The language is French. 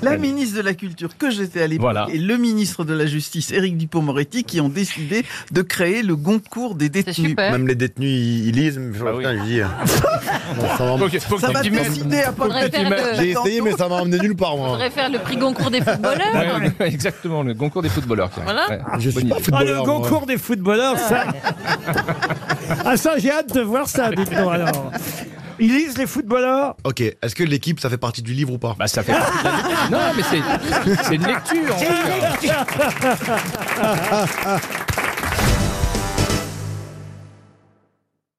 La ministre de la Culture que j'étais à l'époque Voilà. et le ministre de la Justice Éric Dupont-Moretti qui ont décidé de créer le Goncourt des C'est détenus. super. Même les détenus, ils ils lisent. mais Bah oui. putain, je dis, euh, bon, ça va- Faut que- faut que Ça tu va t'y mettes. décider après Faudrait faire Fatima, le- J'ai essayé, mais ça m'a emmené nulle part, moi. faudrait faire le prix Goncourt des footballeurs. Ouais, ouais, Exactement, le concours des footballeurs. tiens. Voilà. Ouais. Je suis Bonne idée. pas Ah, le footballeur. moi. concours des footballeurs, ça. Ah, ça, j'ai hâte de voir ça, dites-nous alors. Ils lisent les footballeurs Ok, est-ce que l'équipe, ça fait partie du livre ou pas Bah, ça fait partie de la- Non, mais c'est c'est une lecture. en fait.